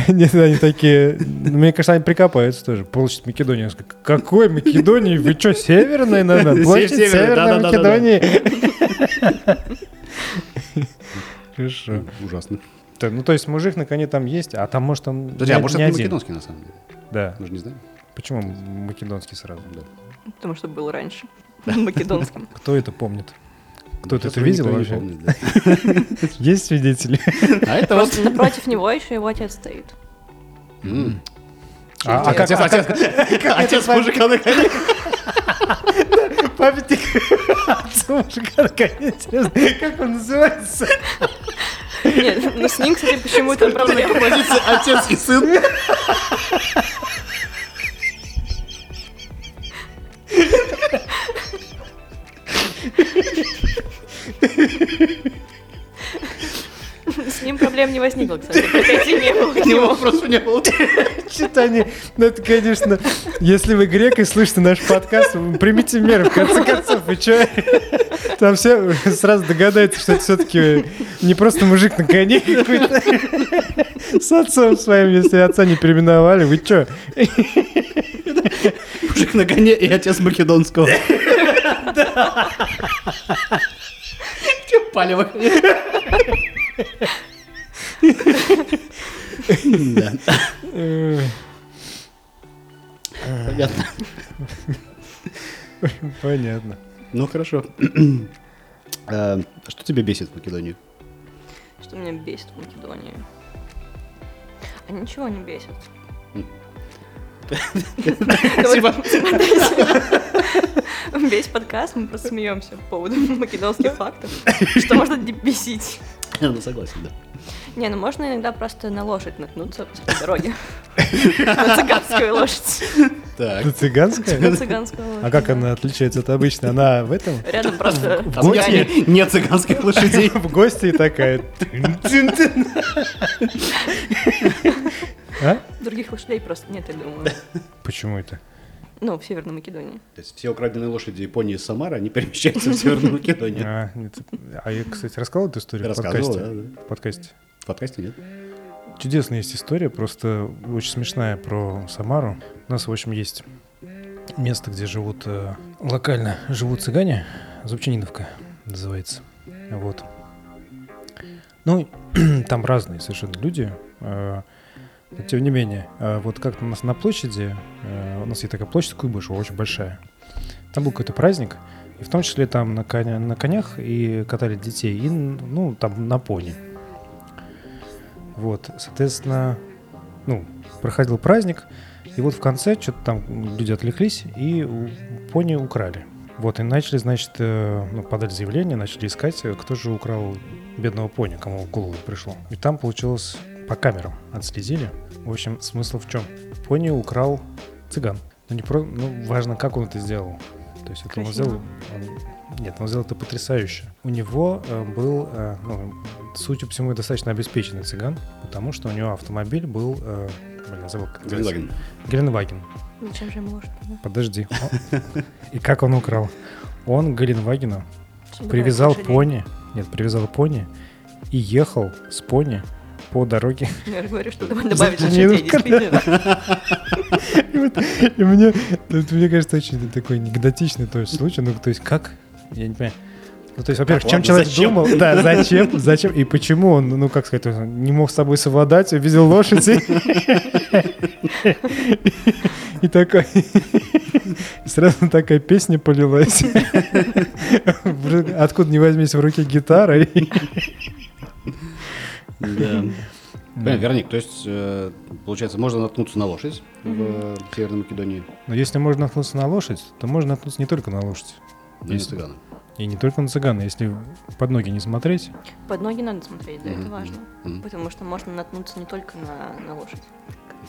C: Нет, они такие... ну, Мне кажется, они прикопаются тоже. Площадь Македонии. Как- Какой Македонии? Вы что, северной надо?
A: Сев-
C: Площадь
A: северная,
C: Северной
A: да-да-да-да-да.
C: Македонии. Хорошо. Э,
A: Ужасно.
C: что? Ну, то есть мужик на коне там есть, а там, может, там
A: Подожди,
C: не,
A: а может
C: не
A: это не
C: один.
A: македонский на самом деле?
C: Да.
A: Мы же не знаем.
C: Почему македонский сразу?
B: Потому что было раньше. На македонском.
C: Кто это помнит? Кто-то
A: Сейчас
C: это
A: уже
C: видел
A: никто не
C: вообще?
A: помнит, да.
C: Есть свидетели?
A: А это вот...
B: Просто напротив него еще его отец стоит.
A: М.
C: А, а
A: Отец,
C: как, а
A: отец,
C: как-
A: Отец мужика на коне.
C: памятник отцу мужика, такая, интересно, как он называется?
B: Нет, ну с ним, кстати, почему-то проблема.
A: Позиция отец и сын.
B: С ним проблем не возникло, кстати. Претензий не было к
A: Ни
B: нему.
A: вопросов не было.
C: Читание. Ну, это, конечно, если вы грек и слышите наш подкаст, примите меры, в конце концов, вы чё? Там все сразу догадаются, что это все-таки не просто мужик на коне какой-то. С отцом своим, если отца не переименовали, вы чё?
A: Мужик на коне и отец македонского. Чё палево? Да,
C: Э,
A: понятно.
C: Понятно.
A: Ну хорошо. Э, Что тебя бесит в Македонии?
B: Что меня бесит в Македонии? А ничего не бесит.
A: Спасибо.
B: Весь подкаст мы просто смеемся по поводу македонских фактов. Что можно не бесить?
A: Ну согласен, да.
B: Не, ну можно иногда просто на лошадь наткнуться посреди дороги. На цыганскую лошадь.
C: Это
A: Так.
C: цыганская?
B: На цыганскую лошадь.
C: А как
B: да.
C: она отличается от обычной? Она в этом?
B: Рядом просто
A: А у меня
B: цыгане.
A: не- нет цыганских лошадей.
C: В гости и такая. «Тын-тын-тын». А?
B: Других лошадей просто нет, я думаю.
C: Почему это?
B: Ну, в Северной Македонии.
A: То есть все украденные лошади Японии и Самары, они перемещаются в Северную Македонию.
C: А, нет. А я, кстати, рассказал эту историю в
A: Рассказывал,
C: подкасте?
A: да, да.
C: В подкасте.
A: В подкасте нет?
B: Э,
C: Чудесная есть история, просто очень смешная про Самару. У нас, в общем, есть место, где живут э, локально живут цыгане. Зубчаниновка называется. Вот. Ну, там разные совершенно люди. э, но тем не менее, э, вот как у нас на площади, э, у нас есть такая площадь Куйбышева, очень большая. Там был какой-то праздник, и в том числе там на, коня- на конях и катали детей, и, ну, там на пони. Вот, соответственно, ну, проходил праздник, и вот в конце что-то там люди отвлеклись и у- пони украли. Вот, и начали, значит, э, ну, подали заявление, начали искать, э, кто же украл бедного пони, кому в голову пришло. И там получилось по камерам отследили. В общем, смысл в чем? Пони украл цыган. Ну, не про... ну, важно, как он это сделал. То есть это он
B: Красиво.
C: сделал... он- Нет, он сделал это потрясающе. У него э, был, э, ну, судя по всему, достаточно обеспеченный цыган, потому что у него автомобиль был... э, блин, я забыл, как это называется.
A: Гринлаген.
C: Геленваген.
B: Зачем же ему лошадь? нужна?
C: Подожди. О. И как он украл? Он Геленвагену
B: Собирает
C: привязал
B: лошадей.
C: пони. Нет, привязал пони и ехал с пони по дороге.
B: Ну, Я же говорю, что давай добавить
C: Зачем
B: лошадей,
C: ей нужна?
B: действительно.
C: И вот- и мне, тут мне кажется, очень такой анекдотичный то есть, случай. Ну, то есть, как? Я не понимаю. Ну, то есть, во-первых,
A: Так,
C: чем
A: ладно,
C: человек
A: зачем?
C: думал? Да, зачем? Зачем? И почему он, ну, как сказать, он не мог с собой совладать, увидел лошадь и... И такой... и Сразу такая песня полилась. В ру- Откуда не возьмись в руке гитара. и-
A: Да. Понятно, Вероник, то есть, э, получается, можно наткнуться на лошадь в э, Северной Македонии,
C: Но если можно наткнуться на лошадь, то можно наткнуться не только на лошадь.
A: но не на цыгана.
C: И не только на цыгана. Если под ноги не смотреть,
B: Под ноги надо смотреть, да, это
A: Мгм,
B: важно.
A: мгм.
B: Потому что можно наткнуться не только на, на лошадь,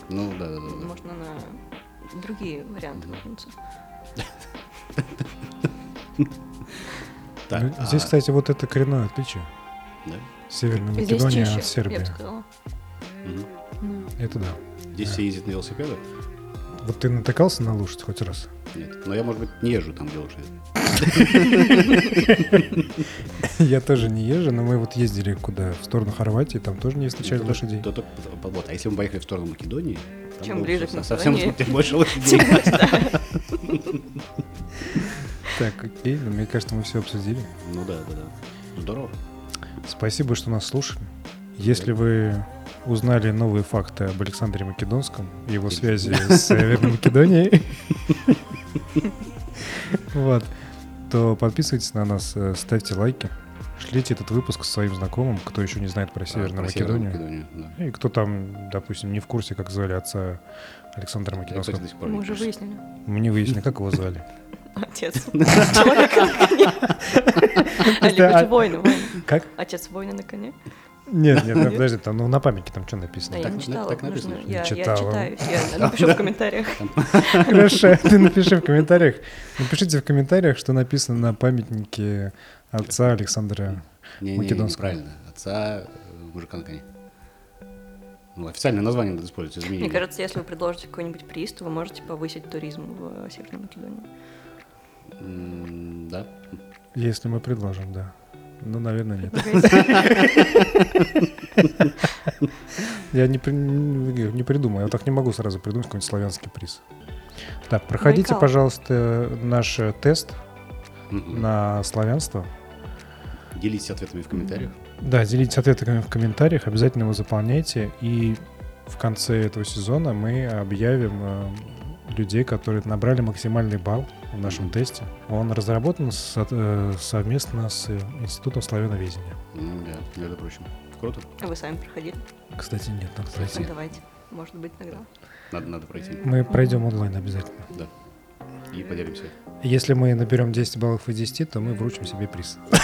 A: Ну, да, да, да.
B: можно на другие варианты наткнуться.
A: Так,
C: Ну,
A: а,
C: Здесь, кстати, вот это коренное отличие.
A: да?
C: Северная
B: Здесь
C: Македония
B: чаще,
C: от
B: я бы
C: Сербии.
B: сказала.
A: Мгм.
B: Ну,
C: Это да.
A: Здесь
C: Да.
A: все ездят на велосипедах?
C: Вот ты натыкался на лошадь хоть раз?
A: Нет. Но я, может быть, не езжу там, где лошадь.
C: Я тоже не езжу, но мы вот ездили куда? В сторону Хорватии, там тоже не встречали лошадей.
A: Ну, То- то- то- Вот, а если мы поехали в сторону Македонии, там
B: Чем
A: было бы
B: ближе к
A: со- совсем
B: Македонии.
A: тем больше лошадей.
C: Так, окей, ну, мне кажется, мы все обсудили.
A: Ну да, да, да. Здорово.
C: Спасибо, что нас слушали. Если вы узнали новые факты об Александре Македонском и его связи с Северной Македонией, вот, то подписывайтесь на нас, э, ставьте лайки, шлите этот выпуск своим знакомым, кто еще не знает про
A: А,
C: Северную
A: про Северную
C: Македонию.
A: Македонию, да.
C: И кто там, допустим, не в курсе, как звали отца Александра
A: Я, кстати,
C: Македонского.
A: до сих пор не
B: Мы уже
A: пишу.
B: выяснили.
C: Мы не выяснили, как его звали.
B: Отец. Человек на коне. Или
C: а-
B: хоть воин, воин.
C: Как?
B: Отец воина на коне.
C: Нет, нет, ну, подожди, там ну, на памятнике там что написано?
B: Да, я
A: Так
B: не
A: на-
B: читала.
A: так
B: нужно-
A: написано, что ли?
B: Я я
C: Читала.
B: читаю. Я напишу в комментариях.
C: Хорошо, ты напиши в комментариях. Напишите в комментариях, что написано на памятнике отца Александра.
A: Не-не-не,
C: Македонского.
A: Правильно. Отца э, мужика на коне. Ну, официальное название надо использовать, изменили.
B: Мне кажется, если вы предложите какой-нибудь приз, то вы можете повысить туризм в э, Северной Македонии.
A: М, Да.
C: Если мы предложим, да. Ну, наверное, нет. Я не, при- не придумал. Я так не могу сразу придумать какой-нибудь славянский приз. Так, проходите,
B: Байкал.
C: пожалуйста, наш э, тест
A: Мгм.
C: на славянство.
A: Делитесь ответами в комментариях.
C: Да, делитесь ответами в комментариях, обязательно его заполняйте. И в конце этого сезона мы объявим э, людей, которые набрали максимальный балл в нашем
A: Мгм.
C: тесте. Он разработан со- э, совместно с э, Институтом славяноведения.
A: М, Ну, Да, между прочим. Круто.
B: А Вы сами проходили?
C: Кстати, нет, надо
B: Ну,
C: пройти.
B: давайте. Может быть, тогда.
A: Надо, надо пройти.
C: Мы пройдем онлайн обязательно.
A: Да. И поделимся.
C: Если мы наберем 10 баллов и 10, то мы вручим себе приз.
A: Так,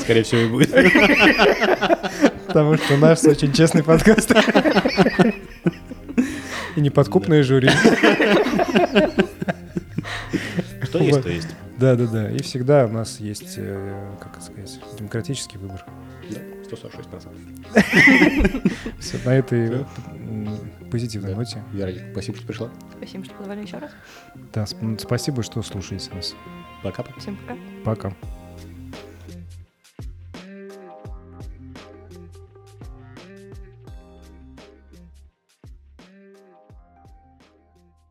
A: скорее всего, и будет.
C: Потому что наш очень честный подкаст. И неподкупное жюри.
A: Что есть, то есть.
C: Да, да, да. И всегда у нас есть, э, как это сказать, демократический выбор.
A: Да, 146%.
C: Всё, на этой
A: Да.
C: вот, м, позитивной
A: Да.
C: ноте.
A: Вера, спасибо, что пришла.
B: Спасибо, что позвали еще раз.
C: Да, сп- спасибо, что слушаете нас.
A: Пока.
B: Всем пока.
C: Пока.